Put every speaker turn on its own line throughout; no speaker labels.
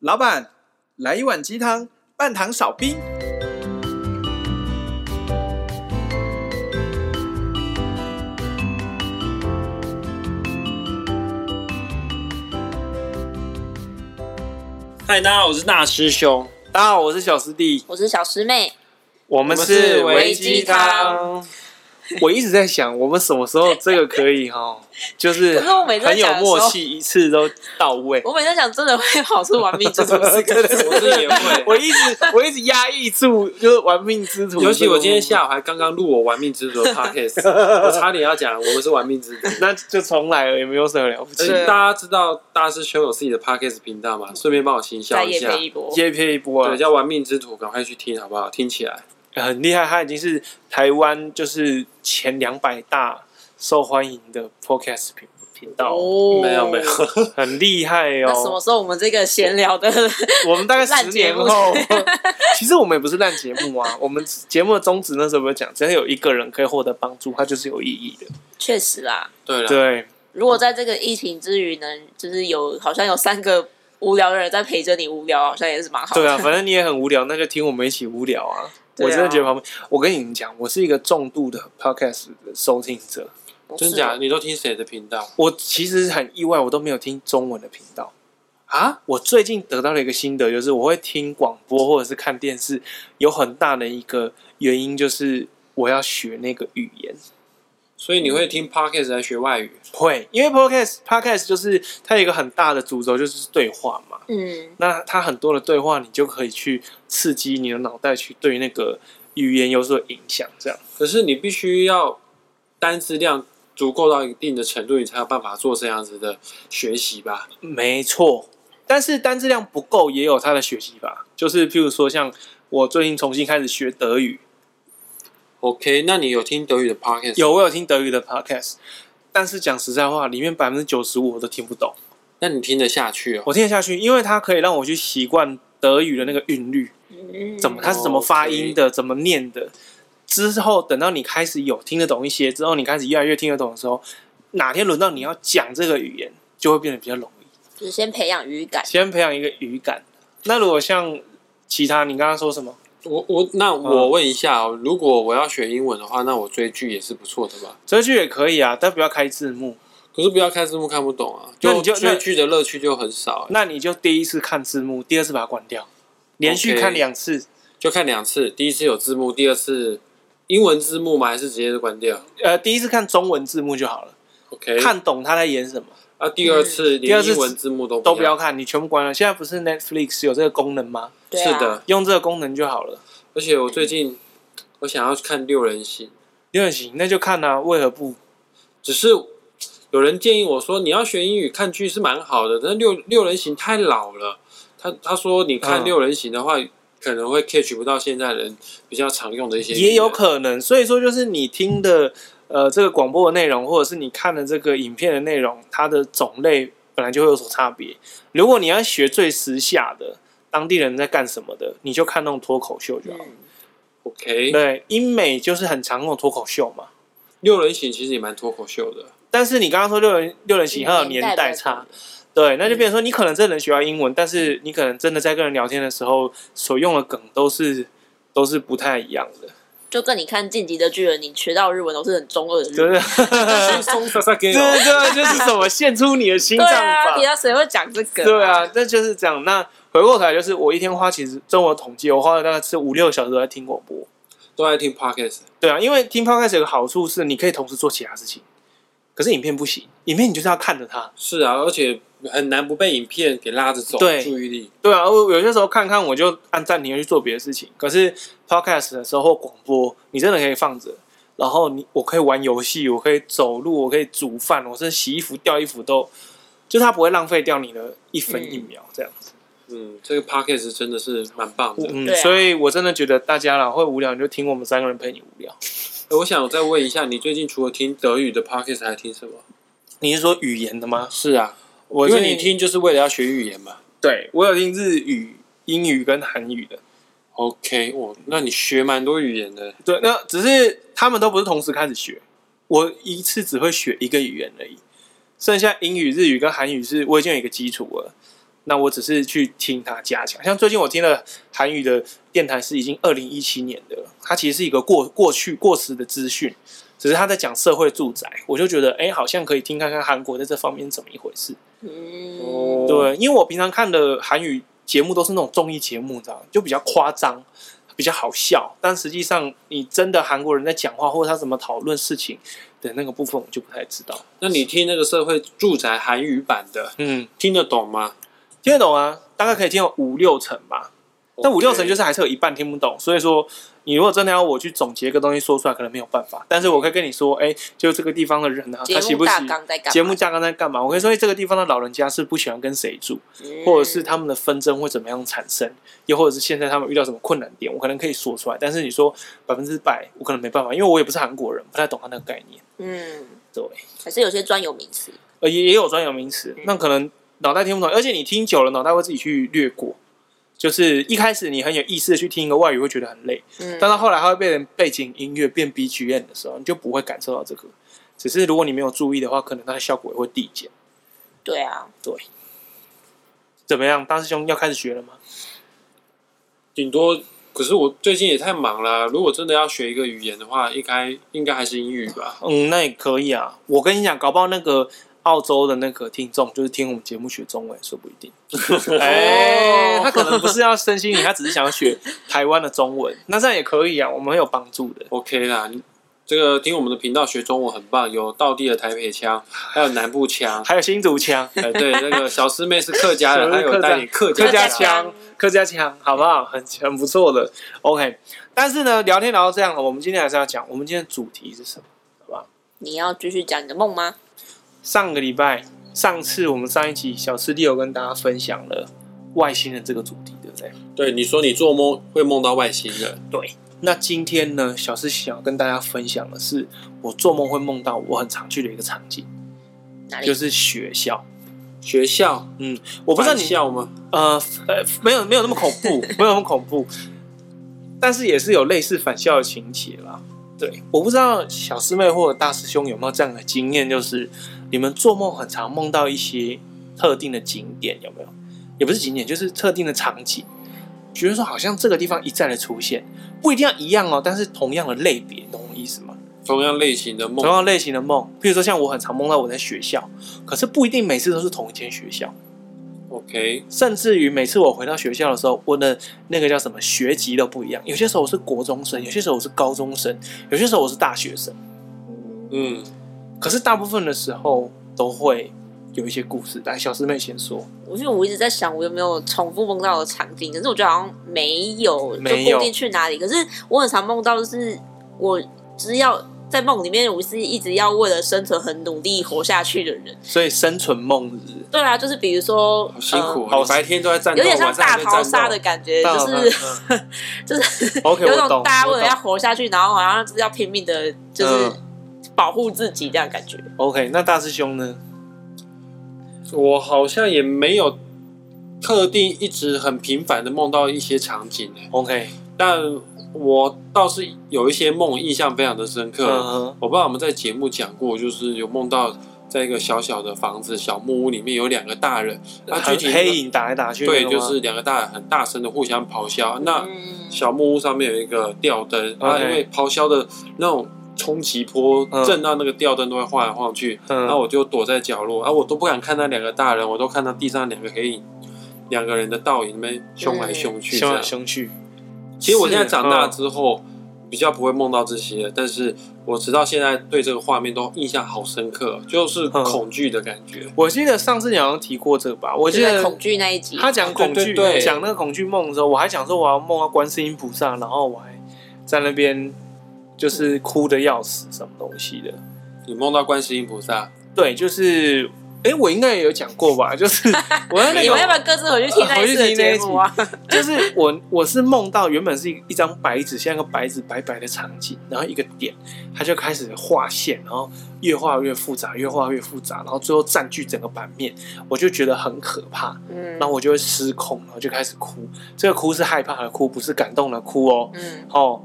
老板，来一碗鸡汤，半糖少冰。
嗨，大家好，我是大师兄，
大家好，我是小师弟，
我是小师妹，
我们是
我们是
维
维
基
基
汤
汤。
我一直在想，我们什么时候这个可以哈，就是
可是我每次
很
在
有
讲的时候
默契，一次都到位。
我每次想真的会跑出玩 命之徒四个 字，
我是也会，
我一直我一直压抑住，就是玩命之徒。
尤其我今天，下午还刚刚录我玩命之徒的 podcast，我差点要讲我们是玩 命之徒。
那就重来了，也没有什么了不
而
啊
起。
且大家知道大师兄有自己的 podcast 频道嘛？顺便帮我行销
再
一
也
下
配，一波。
接片一波啊
对，，叫玩命之徒，赶快去听好不好？听起来，
很厉害，他已经是台湾就是前两百大受欢迎的 podcast 频频道，嗯
哦
没有没有，
很厉害
那什
哦
么。时候我们这个闲聊的
我们大概十
烂节
年
目
后， 其实我们也不是烂节目啊。我们节目的宗旨那时候有讲，只要有一个人可以获得帮助，它就是有意义的。
确实啦，
对啊了，
对，
如果在这个疫情之余能，就是有好像有三个无聊的人在陪着你无聊，好像也是蛮好 的。
对啊，反正你也很无聊，那就听我们一起无聊啊。
对啊
我真的觉得旁边，我跟你们讲，我是一个重度的 podcast 的收听者。
不是
真假？你都听谁的频道
我其实很意外，我都没有听中文的频道。
啊？
我最近得到了一个心得，就是我会听广播或者是看电视，有很大的一个原因就是我要学那个语言。
所以你会听 podcast 来学外语？
会，因为 podcast podcast 就是它有一个很大的主轴就是对话嘛，
嗯，
那它很多的对话你就可以去刺激你的脑袋去对那个语言有所影响，这样。
可是你必须要单词量足够到一定的程度，你才有办法做这样子的学习吧？
没错，但是单质量不够也有它的学习法，就是譬如说像我最近重新开始学德语，
OK，那你有听德语的 podcast？
有，我有听德语的 podcast，但是讲实在话，里面百分之九十五我都听不懂，
那你听得下去哦？
我听得下去，因为它可以让我去习惯德语的那个韵律，
嗯
怎么它是怎么发音的，怎么念的。之后等到你开始有听得懂一些，之后你开始越来越听得懂的时候，哪天轮到你要讲这个语言，就会变得比较容易。
就是先培养语感。
先培养一个语感。那如果像其他，你刚刚说什么？
我我那
啊
我问一下、哦，如果我要学英文的话，那我追剧也是不错的吧？
追剧也可以啊，但不要开字幕。
可是不要看字幕看不懂啊，
那你就
追剧的乐趣就很少、啊
那你就第一次看字幕，第二次把它关掉，连续
OK
看两次。
就看两次，第一次有字幕，第二次英文字幕吗？还是直接就关掉
呃，第一次看中文字幕就好了，
？OK，
看懂他在演什么
啊，第二次
第二
连
次
英文字幕都
都不要看，你全部关了。现在不是 Netflix 有这个功能吗？
对
是
啊，
的，
用这个功能就好了。
而且我最近我想要去看六人行，
六人行那就看啊，为何不？
只是有人建议我说你要学英语看剧是蛮好的，但是六六人行太老了。他他说你看
嗯
六人行的话，可能会 catch 不到现在人比较常用的一些语言，
也有可能。所以说，就是你听的呃这个广播的内容，或者是你看的这个影片的内容，它的种类本来就会有所差别。如果你要学最时下的当地人在干什么的，你就看那种脱口秀就好。
嗯，
OK，
对，英美就是很常用脱口秀嘛。
六人行其实也蛮脱口秀的。
但是你刚刚说六人六人行，还有年代差，，对，那就变成说你可能真的能学到英文，但
嗯
是你可能真的在跟人聊天的时候所用的梗都是都是不太一样 的，
就跟你看《晋级的巨人》，你学到日文都是很中二的日
就
文。
是
松萨萨
呃
给
对对，就是什么献出你的心
对
脏
啊，
吧
你，要谁会讲这个？
对啊，那就是这样。那回过头来，就是我一天花，其实中我统计，我花了大概是五六个小时都在听广播。
都爱听 podcast，
对啊，因为听 podcast 有个好处是，你可以同时做其他事情，可是影片不行，影片你就是要看着它。
是啊，而且很难不被影片给拉着走
对
注意力。
对啊，我有些时候看看我就按暂停去做别的事情，可是 podcast 的时候或广播，你真的可以放着。然后你，我可以玩游戏，我可以走路，我可以煮饭，我甚至洗衣服、掉衣服都，就它不会浪费掉你的一分一秒这样。
嗯，这个 podcast 真的是蛮棒的。
嗯，
对啊
所以我真的觉得大家啦会无聊，你就听我们三个人陪你无聊。
呃我想再问一下，你最近除了听德语的 podcast 还听什么？
你是说语言的吗？
是啊，
我
因为
最近
你，听就是为了要学语言嘛。
对我有听日语、英语跟韩语的。
OK，我那你学蛮多语言的。
对，那只是他们都不是同时开始学，我一次只会学一个语言而已，剩下英语、日语跟韩语是我已经有一个基础了。那我只是去听它加强。像最近我听了韩语的电台是已经二零一七年的了，它其实是一个过过去过时的资讯，只是他在讲社会住宅，我就觉得哎、诶好像可以听看看韩国在这方面怎么一回事。
嗯，
对，因为我平常看的韩语节目都是那种综艺节目，你知道吗？就比较夸张，比较好笑。但实际上，你真的韩国人在讲话或者他怎么讨论事情的那个部分，我就不太知道。
那你听那个社会住宅韩语版的，
嗯，
听得懂吗？
听得懂啊，大概可以听懂五六成吧。但五六成就是还是有一半听不懂，所以说你如果真的要我去总结一个东西说出来，可能没有办法。但是我可以跟你说，哎、就这个地方的人啊，他
节
喜
目
不喜
大纲在干嘛？
节目架纲在干嘛？我可以说，哎这个地方的老人家是不喜欢跟谁住，
嗯
或者是他们的纷争会怎么样产生，又或者是现在他们遇到什么困难点，我可能可以说出来。但是你说百分之百，我可能没办法，因为我也不是韩国人，不太懂他那个概念。
嗯，
对，
还是有些专有名词。
呃，也也有专有名词，那可能脑袋听不懂，而且你听久了，脑袋会自己去略过。就是一开始你很有意识的去听一个外语，会觉得很累，
嗯，
但到后来它会变成背景音乐变 BGM 的时候，你就不会感受到这个。只是如果你没有注意的话，可能它的效果也会递减。
对啊，
怎么样，大师兄要开始学了吗？
顶多，可是我最近也太忙了。如果真的要学一个语言的话，应该应该还是英语吧。
嗯，那也可以啊。我跟你讲，搞不好那个澳洲的那个听众就是听我们节目学中文，说不一定。哎、他可能不是要身心灵，他只是想要学台湾的中文，那这样也可以啊，我们很有帮助的。
OK 啦，你这个听我们的频道学中文很棒，有道地的台北腔，还有南部腔。
还有新竹腔、
哎，对，那个小师妹是客家人，
小
她
师妹
有带点客
客家
家
腔
腔、客家腔，好不好？很很不错的。OK，但是呢，聊天聊到这样了，我们今天还是要讲，我们今天的主题是什么？
你要继续讲你的梦吗？
上个礼拜，上次我们上一集小师弟有跟大家分享了外星人这个主题，对不对？
对，你说你做梦会梦到外星人，
对，那今天呢，小思想要跟大家分享的是，我做梦会梦到我很常去的一个场景，
哪里？
就是学校。
学校，
我不知道
返
你
校吗？
呃呃，没有没有那么恐怖，没有那么恐怖， 但是也是有类似返校的情节啦。对，我不知道小师妹或者大师兄有没有这样的经验，就是你们做梦很常梦到一些特定的景点，有没有？也不是景点，就是特定的场景，觉得说好像这个地方一再的出现，不一定要一样哦，但是同样的类别，懂我意思吗？
同样类型的
同
梦，
样类型的梦，譬如说像我很常梦到我在学校，可是不一定每次都是同一间学校，
OK，
甚至于每次我回到学校的时候，我的那个叫什么学籍都不一样。有些时候我是国中生，有些时候我是高中生，有些时候我是大学生。
嗯，
可是大部分的时候都会有一些故事。来，小师妹先说，
我因为我一直在想，我有没有重复梦到的场景，可是我觉得好像没有，就
没有
固定去哪里。可是我很常梦到，就是我只要在梦里面，我是一直要为了生存很努力活下去的人。
所以生存梦日
对啊，就是比如说，
好辛苦
呃
哦，你白天都在战斗，
有点像
晚上
大
还在
逃杀的
战斗
感觉，就
当然
是
嗯
就是
，OK，
有
我
种
懂，
大家为
我
了要
懂。
活下去，然后好像就是要拼命的，就是
嗯
保护自己这样的感觉。
OK，那大师兄呢？
我好像也没有特定一直很频繁的梦到一些场景欸
OK，
但我倒是有一些梦印象非常的深刻。
嗯哼，
我不知道我们在节目讲过，就是有梦到在一个小小的房子、小木屋里面有两个大人，那具
很
体
黑影打来打去那
对，
个吗，
就是两个大人很大声的互相咆哮。
啊
那
嗯
小木屋上面有一个吊灯，啊，
OK
因为咆哮的那种冲击波
嗯
震到那个吊灯都会晃来晃去，
嗯
然后我就躲在角落，啊，我都不敢看那两个大人，我都看到地上两个黑影，两个人的倒影，那边凶来凶去这
凶
样。
来凶去。
其实我现在长大
嗯
之后，比较不会梦到这些，但是我直到现在对这个画面都印象好深刻，就是
嗯
恐惧的感觉。
我记得上次你好像提过这个吧？我记
就在恐
得
惧那一集，
他讲恐
对
惧
对对，
讲那个恐惧梦的时候，我还讲说我要梦到观世音菩萨，然后我还在那边就是哭的要死，什么东西的。
你梦到观世音菩萨，
对，就是，哎、我应该也有讲过吧？ 就是我在 那
你们要
个，
不要各自回去听那一次的节目啊？
就是我我是梦到原本是一一张白纸，像一个白纸白白的场景，然后一个点，它就开始画线，然后越画越复杂，越画越复杂，然后最后占据整个版面，我就觉得很可怕。
嗯
然后我就会失控，然后就开始哭。这个哭是害怕的哭，不是感动的哭哦。
嗯，
哦，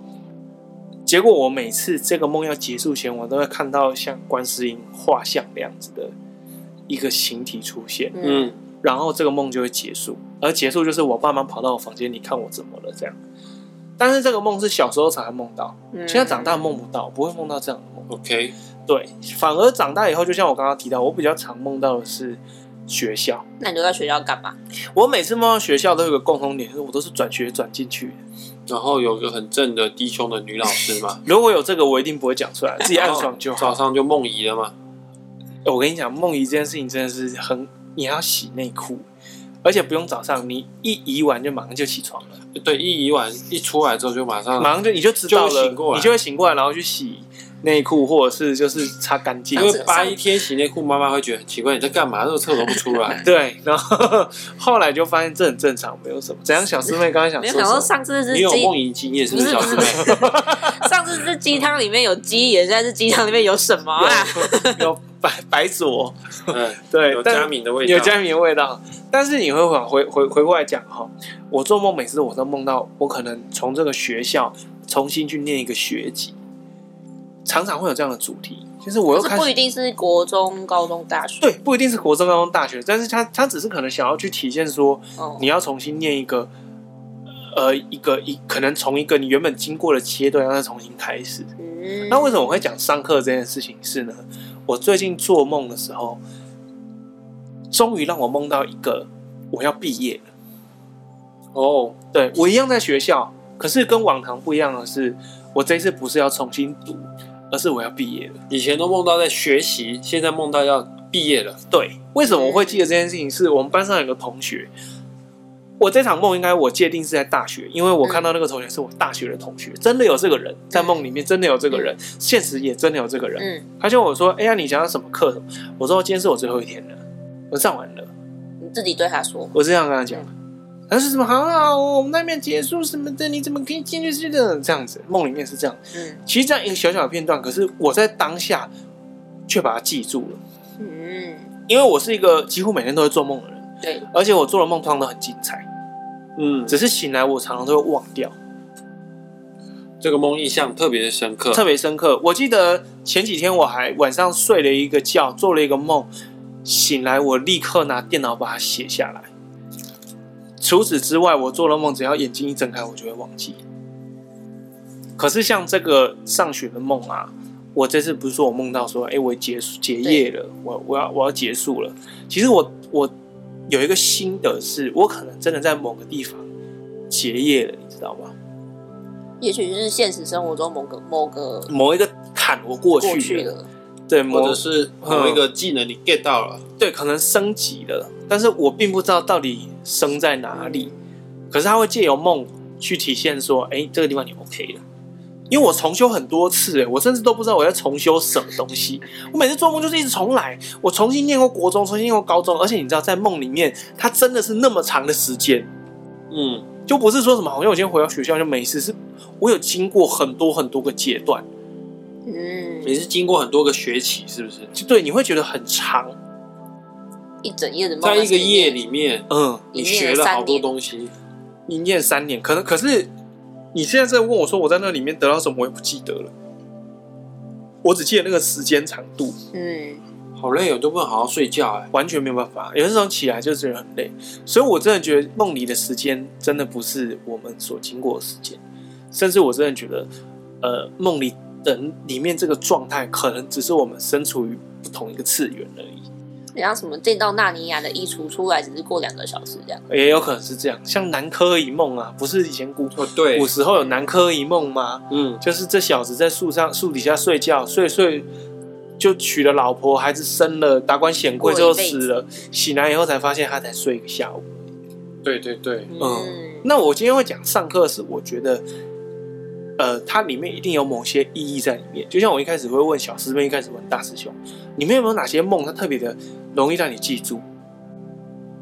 结果我每次这个梦要结束前，我都会看到像观世音画像那样子的一个形体出现。
嗯
嗯，
然后这个梦就会结束，而结束就是我爸妈跑到我房间，你看我怎么了这样。但是这个梦是小时候才会梦到，
嗯
现在长大梦不到，不会梦到这样的梦。
OK，
对，反而长大以后，就像我刚刚提到，我比较常梦到的是学校。
那你留在学校干嘛？
我每次梦到学校都有个共同点，就是我都是转学转进去的。
然后有个很正的低胸的女老师嘛，
如果有这个， 我一定不会讲出来，自己暗爽就
早
好。
上就梦遗了嘛。
欸我跟你讲，梦遗这件事情真的是很，你还要洗内裤，而且不用早上，你一移完就马上就起床了，
对，一移完一出来之后就马上，
马上就你就知道
嗯就会
了，
醒过来
你就会醒过来，然后去洗内裤，或者是就是擦干净。
因。为八一天洗内裤，妈妈会觉得很奇怪，你在干嘛？这个厕所不出来
对，然后 后来就发现这很正常，没有什么。怎样，小师妹刚刚想
没
说
有想到
什么？
上次是
你有
鸡，
梦遗经验是不是，
不
小
是
师
不
妹？
上次是鸡汤里面有鸡眼，现在是鸡汤里面有什么啊？
有有白白左，
嗯，
对，
有
但
佳敏的味道，
有加冕的味道。但是你会往回回回过来讲哈，我做梦每次我都梦到我可能从这个学校重新去念一个学籍，常常会有这样的主题，就是我又
这
开
不一
始。
定是国中、高中、大学。
对，不一定是国中、高中、大学，但是他他只是可能想要去体现说，
哦，
你要重新念一个，呃，一个一可能从一个你原本经过的阶段，然后再重新开始。
嗯
那为什么我会讲上课这件事情是呢？我最近做梦的时候，终于让我梦到一个我要毕业了。
哦，
对我一样在学校，可是跟往常不一样的是，我这一次不是要重新读，而是我要毕业了。
以前都梦到在学习，现在梦到要毕业了。
对，为什么我会记得这件事情？是我们班上有个同学，我这场梦应该我界定是在大学，因为我看到那个同学是我大学的同学，真的有这个人，在梦里面真的有这个人，现实也真的有这个人。
嗯，
他就问我说：“哎、呀，你想要什么课什么？”我说：“今天是我最后一天了，我上完了。
你自己对他说”。
我是这样跟他讲。他说什么好好，哦我们那边结束什么的，你怎么可以进去去的？这样子，梦里面是这样。
嗯
其实这样一个小小的片段，可是我在当下却把它记住了，
嗯，
因为我是一个几乎每天都会做梦的人，
对，
而且我做的梦通常都很精彩，
嗯，
只是醒来我常常都会忘掉，
这个梦印象特别的深刻。
特别深刻。我记得前几天我还晚上睡了一个觉，做了一个梦，醒来我立刻拿电脑把它写下来。除此之外，我做了梦，只要眼睛一睁开，我就会忘记。可是像这个上学的梦啊，我这次不是说我梦到说，哎、我结束结业了，我我要我要结束了。其实我我有一个心得是，我可能真的在某个地方结业了，你知道吗？
也许就是现实生活中某个某个
某一个坎我过去
过
了，
去了，
对，
或
某
者是
嗯
某一个技能你 get 到了，
对，可能升级了，但是我并不知道到底升在哪里。可是他会借由梦去体现说，哎、这个地方你 OK 了。因为我重修很多次、哎，我甚至都不知道我在重修什么东西。我每次做梦就是一直重来，我重新念过国中，重新念过高中，而且你知道，在梦里面，它真的是那么长的时间，
嗯，
就不是说什么好像我今天回到学校就没事，是我有经过很多很多个阶段，
嗯，
也是经过很多个学期，是不是？
就对，你会觉得很长，
一整夜的梦，
在一个夜，里面，
嗯，
你学了好多东西，
一念三年，可能可是你现在在问我说我在那里面得到什么，我也不记得了，我只记得那个时间长度，
嗯，
好累哦，都不能好好睡觉哎。
完全没有办法。有的时候起来就觉得很累，所以我真的觉得梦里的时间真的不是我们所经过的时间，甚至我真的觉得，呃，梦里等里面这个状态，可能只是我们身处于不同一个次元而已。
你像什么见到纳尼亚的衣橱出来，只是过两个小时这样，
也有可能是这样，像南柯一梦啊，不是以前古
哦，对
古，时候有南柯一梦吗？
嗯，
就是这小子在树上树底下睡觉，睡睡就娶了老婆，孩子生了，达官显贵之后
过一辈子
死了，醒来以后才发现他才睡一个下午。
对对对，
嗯，那我今天会讲上课是，我觉得，呃，它里面一定有某些意义在里面。就像我一开始会问小师妹，一开始问大师兄，你们有没有哪些梦，它特别的容易让你记住？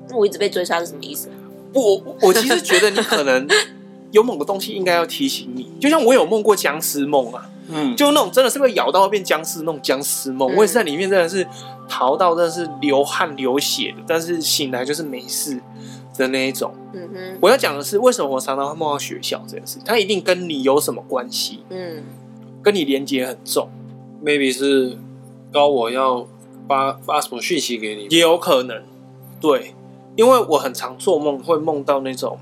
那嗯我一直被追杀是什么意思？
我我我其实觉得你可能有某个东西应该要提醒你，就像我有梦过僵尸梦啊，
嗯，
就那种真的是被咬到会变僵尸那种僵尸梦，
嗯
我也是在里面真的是逃到真的是流汗流血的，但是醒来就是没事的那一种。
嗯哼，
我要讲的是，为什么我常常会梦到学校这件事，它一定跟你有什么关系，
嗯，
跟你连接很重，
maybe 是高我要发发什么讯息给你，
也有可能。对，因为我很常做梦，会梦到那种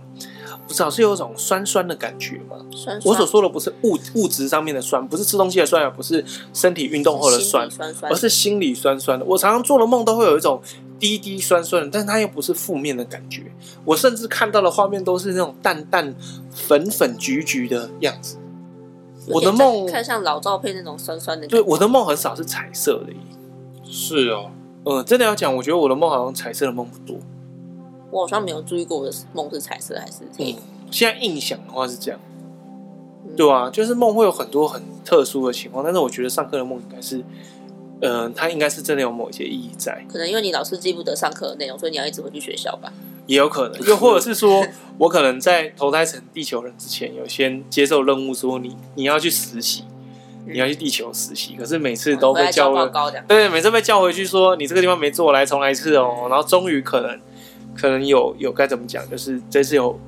不知道是有一种酸酸的感觉嘛。
酸酸
我所说的不是物物质上面的酸，不是吃东西的酸，也不是身体运动后的酸
心里，酸酸
而是心里酸酸的。我常常做的梦都会有一种滴滴酸酸的，但是它又不是负面的感觉。我甚至看到的画面都是那种淡淡粉粉橘橘的样子。我的梦
有点像看像老照片那种酸酸的感
对，
觉，
我的梦很少是彩色的。
是哦，
嗯，真的要讲，我觉得我的梦好像彩色的梦不多。
我好像没有注意过我的梦是彩色还是黑
嗯
的。，
现在印象的话是这样，
嗯
对啊，就是梦会有很多很特殊的情况，但是我觉得上课的梦应该是，嗯、它应该是真的有某些意义在，
可能因为你老是记不得上课的内容，所以你要一直回去学校吧。
也有可能， 又或者是说我可能在投胎成地球人之前，有先接受任务说你你要去实习，
嗯
你要去地球实习，可是每次都
回
被
来交
叫
报
了，
告这样。
对，每次被叫回去说你这个地方没做，来重来一次哦，然后终于可能可能有有该怎么讲，就是这次有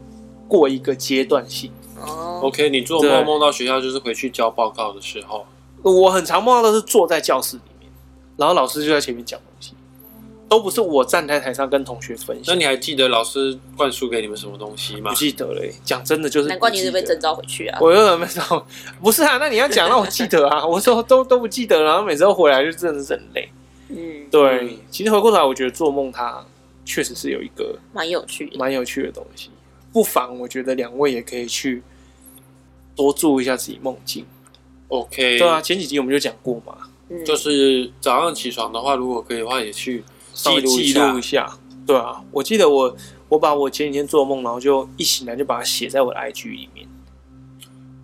过一个阶段性。
哦，
OK，你做
对
梦梦到学校就是回去交报告的时候，
我很常梦到都是坐在教室里面，然后老师就在前面讲东西，都不是我站在台上跟同学分
那
享。
你还记得老师灌输给你们什么东西吗
不？记得了耶、讲真的就是
难怪你是被
真
征。召回去啊。
我有点没找，不是啊？那你要讲让我记得啊！ 我说都都不记得，然后每次都回来就真的是很累。
嗯，
对，
嗯
其实回过头来，我觉得做梦它确实是有一个
蛮有趣的。
蛮有趣的东西，不妨我觉得两位也可以去多注意一下自己梦境。
OK，
对啊，，前几集我们就讲过嘛，
嗯，
就是早上起床的话，如果可以的话，也去
稍微
录
记录一下。对啊，我记得我我把我前几天做梦，然后就一醒来就把它写在我的 IG 里面。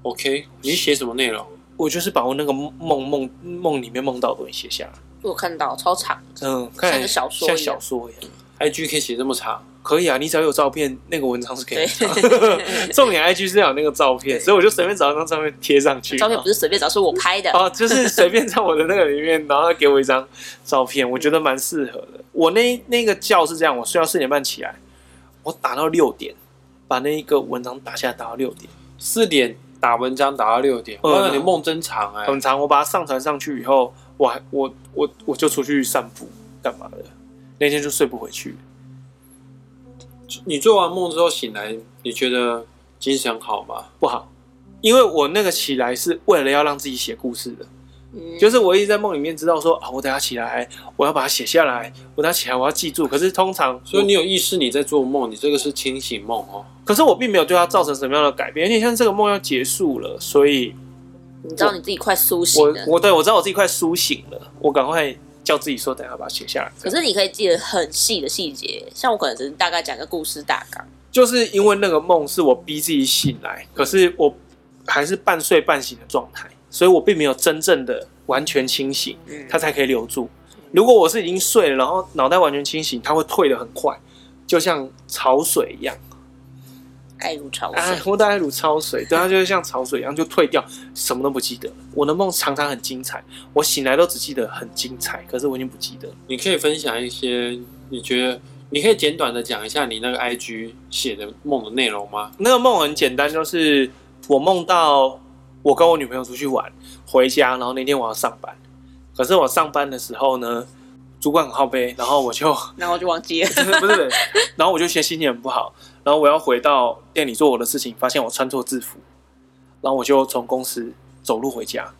OK，你写什么内容？
我就是把我那个梦梦梦梦里面梦到的东西写下来，
我看到超长，
嗯，看起来
像个小说一
像
样
小说一样。
IG 可以写这么长，
可以啊，你只要有照片，那个文章是可以
对，
的。 重点 IG 是要有那个照片，
对
所以我就随便找一张照片贴上去。
照片不是随便找，是我拍的。
哦，就是随便在我的那个里面，然后他给我一张照
嗯
片，我觉得蛮适合的。我那那个觉是这样，我睡到四点半起来，我打到六点，把那一个文章打下来，打到六点，
四点打文章打到六点，
嗯
哇，那你梦真长哎、
很长。我把它上传上去以后，我还我我我就出去散步干嘛的，那天就睡不回去。
你做完梦之后醒来，你觉得精神好吗？
不好，因为我那个起来是为了要让自己写故事的，
嗯
就是我一直在梦里面知道说啊，我等下起来，我要把它写下来，我等下起来我要记住。可是通常，
所以你有意识你在做梦，你这个是清醒梦哦。
可是我并没有对它造成什么样的改变，而且像这个梦要结束了，所以
你知道你自己快苏醒
我
了，
我对我知道我自己快苏醒了，我赶快叫自己说等下把它写下来。
可是你可以记得很细的细节，像我可能只是大概讲个故事大纲。
就是因为那个梦是我逼自己醒来，可是我还是半睡半醒的状态，所以我并没有真正的完全清醒。
嗯，
它才可以留住。如果我是已经睡了，然后脑袋完全清醒，它会退得很快，就像潮水一样。
爱如潮
哎
水，，
我大概如潮水，对，它就是像潮水一样就退掉，什么都不记得。我的梦常常很精彩，我醒来都只记得很精彩，可是我已经不记得了。
你可以分享一些你觉得，你可以简短的讲一下你那个 IG 写的梦的内容吗？
那个梦很简单，就是我梦到我跟我女朋友出去玩，回家，然后那天我要上班，可是我上班的时候呢，主管很好杯，然后我就。
然后就忘记了。
不是，然后我就先心情很不好，然后我要回到店里做我的事情，发现我穿错制服，然后我就从公司走路回家，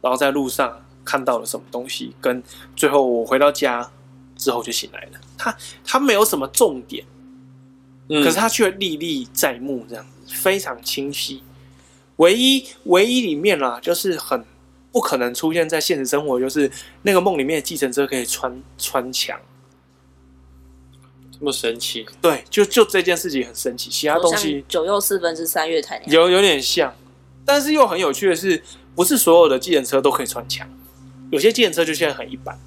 然后在路上看到了什么东西，跟最后我回到家之后就醒来了。它它没有什么重点，
嗯
可是它却历历在目，这样子非常清晰。唯一唯一里面啦、就是很不可能出现在现实生活，就是那个梦里面的计程车可以穿穿墙。
这么神奇，
对，就就这件事情很神奇，其他东西
像九又四分之三月台那样，
有有点像，但是又很有趣的是，不是所有的计程车都可以穿墙，有些计程车就现在很一般。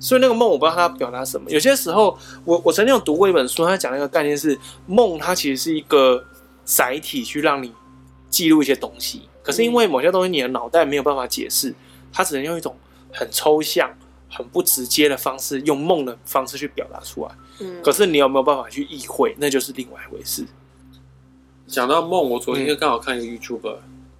所以那个梦，我不知道它表达什么。有些时候，我我曾经有读过一本书，它讲那个概念是梦，它其实是一个载体，去让你记录一些东西。可是因为某些东西，你的脑袋没有办法解释，它只能用一种很抽象、很不直接的方式，用梦的方式去表达出来。
嗯
可，是你有没有办法去意会，那就是另外一回事。
讲到梦，我昨天刚好看一个 YouTuber，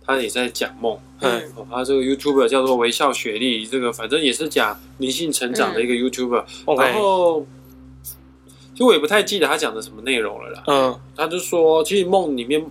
他也在讲梦。
嗯
哦他这个 YouTuber 叫做微笑雪莉，
哦哎
这个反正也是讲灵性成长的一个 YouTuber、
OK，
然后就我也不太记得他讲的什么内容了啦。
嗯
他就说，其实梦里面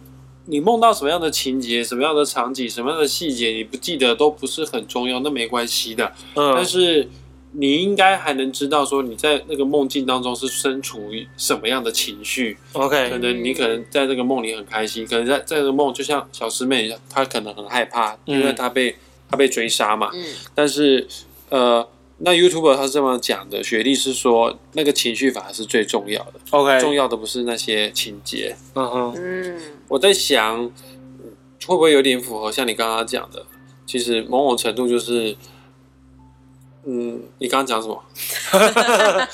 你梦到什么样的情节、什么样的场景、什么样的细节，你不记得都不是很重要，那没关系的。但
嗯
是你应该还能知道说你在那个梦境当中是身处于什么样的情绪。可
，OK，
能你可能在这个梦里很开心，可能在在这个梦，就像小师妹，她可能很害怕，
嗯
因为她被她被追杀嘛。
嗯
但是呃，那 YouTuber 他是这么讲的，雪莉是说那个情绪反而是最重要的，重
OK，
要的不是那些情节。
嗯哼，
嗯，
我在想，嗯会不会有点符合像你刚刚讲的？其实某种程度就是，嗯，你刚刚讲什么？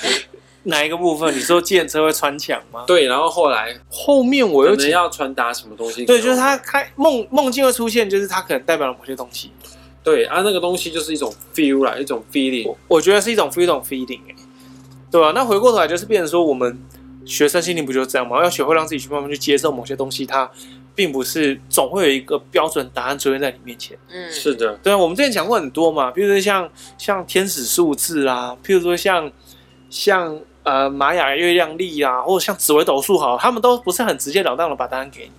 哪一个部分？你说计程车会穿墙吗？
对，然后后来
后面我
可
又
能
记
要传达什么东西给我？
对，就是他开梦梦境会出现，就是他可能代表了某些东西。
对啊，那个东西就是一种 feel 啦，一种 feeling。
我我觉得是一种一种 feeling 哎、对吧、那回过头来就是变成说，我们学生心灵不就是这样吗？要学会让自己去慢慢去接受某些东西，它并不是总会有一个标准答案出现在你面前。
嗯，
是的，
对啊，我们之前讲过很多嘛，譬如说像像天使数字啦，譬如说像像呃玛雅月亮历啊，或者像紫微斗数好了，他们都不是很直截了当的把答案给你，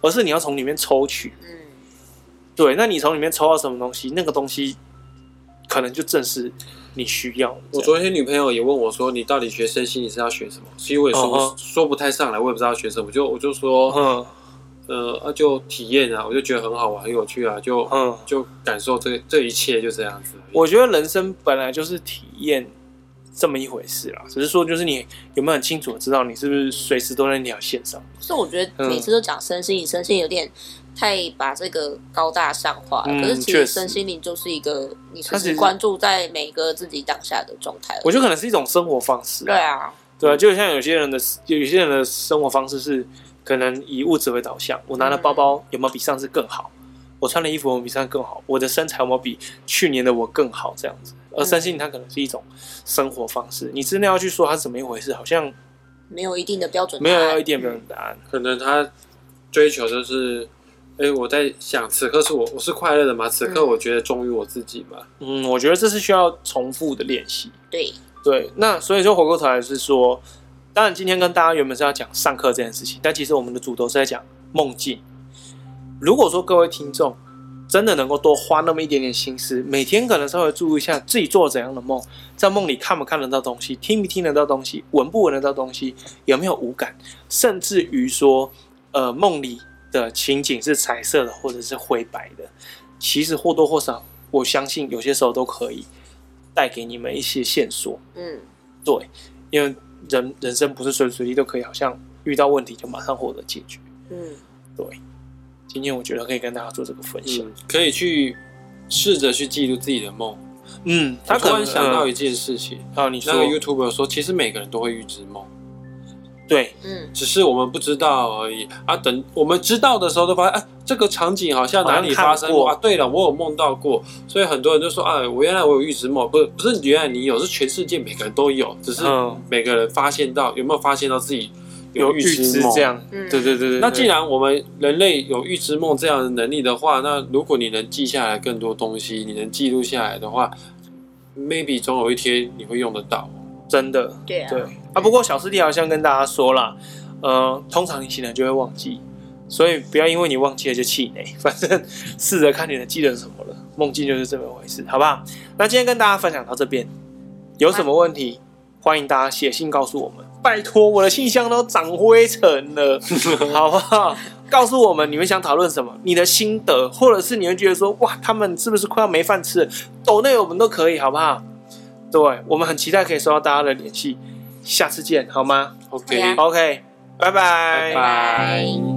而是你要从里面抽取。
嗯，
对，那你从里面抽到什么东西，那个东西可能就正是你需要的这
我
样。
昨天女朋友也问我说：“你到底学身心你是要学什么？”其实我也说不、
嗯哼
说不太上来，我也不知道学什么，就我就说，
嗯
呃，啊、就体验啊，我就觉得很好玩，很有趣啊，就、
嗯，
就感受这这一切就这样子而已。
我觉得人生本来就是体验这么一回事啦，只是说就是你有没有很清楚的知道你是不是随时都在那条线上。
所以我觉
嗯
得每次都讲身心灵，身心灵有点太把这个高大上化了。
嗯
可是其
确
实
实
身心灵就是一个，你
它
只
其实
是关注在每个自己当下的状态而已。
我觉得可能是一种生活方式，
对啊，
对啊，就像有些人的有有些人的生活方式是可能以物质为导向，我拿的包包有没有比上次更好？我穿的衣服有没有比上次更好？我的身材有没有比去年的我更好？这样子，而身心灵它可能是一种生活方式，你真的要去说它是怎么一回事，好像
没有一定的标准答
没
案，
有要一点标准答案。
可能他追求就是，哎、我在想此刻是我我是快乐的嘛，此刻
嗯
我觉得忠于我自己嘛。
嗯，我觉得这是需要重复的练习。
对，
对，那所以说回过头来是说，当然今天跟大家原本是要讲上课这件事情，但其实我们的主轴是在讲梦境。如果说各位听众真的能够多花那么一点点心思，每天可能稍微注意一下自己做怎样的梦，在梦里看不看得到东西，听不听得到东西，闻不闻得到东西，有没有五感，甚至于说，呃，梦里的情景是彩色的或者是灰白的，其实或多或少，我相信有些时候都可以带给你们一些线索。
嗯，
对，因为人人生不是随时随地都可以，好像遇到问题就马上获得解决。
嗯，
今天我觉得可以跟大家做这个分享。
嗯，可以去试着去记录自己的梦。
嗯，
他
他
突
可
然
能
想到
嗯
一件事情，
哦，你说
那个 YouTuber 说，其实每个人都会预知梦。
对，
嗯，
只是我们不知道而已啊。等我们知道的时候，都发现，哎、这个场景好像哪里发
好
生
像看过
过啊。对了，我有梦到过，所以很多人就说，哎，我原来我有预知梦，不是不是原来你有，是全世界每个人都有，只是
嗯
每个人发现到有没有发现到自己
有
预
预知
梦
这。样，
嗯
对对对对。
那既
对
然我们人类有预知梦这样的能力的话，那如果你能记下来更多东西，你能记录下来的话，maybe 总有一天你会用得到。
真的
对啊，
对啊，不过小师弟好像跟大家说啦，呃，通常你醒来就会忘记，所以不要因为你忘记了就气馁，反正 试着看你能记得什么了。梦境就是这么回事，好不好？那今天跟大家分享到这边，有什么问题欢迎大家写信告诉我们，拜托我的信箱都长灰尘了，好不好？告诉我们你们想讨论什么，你的心得，或者是你会觉得说哇，他们是不是快要没饭吃了？抖内我们都可以，好不好？对，我们很期待可以收到大家的联系，下次见，好吗
OK，
对啊
？OK，拜拜
拜
拜
拜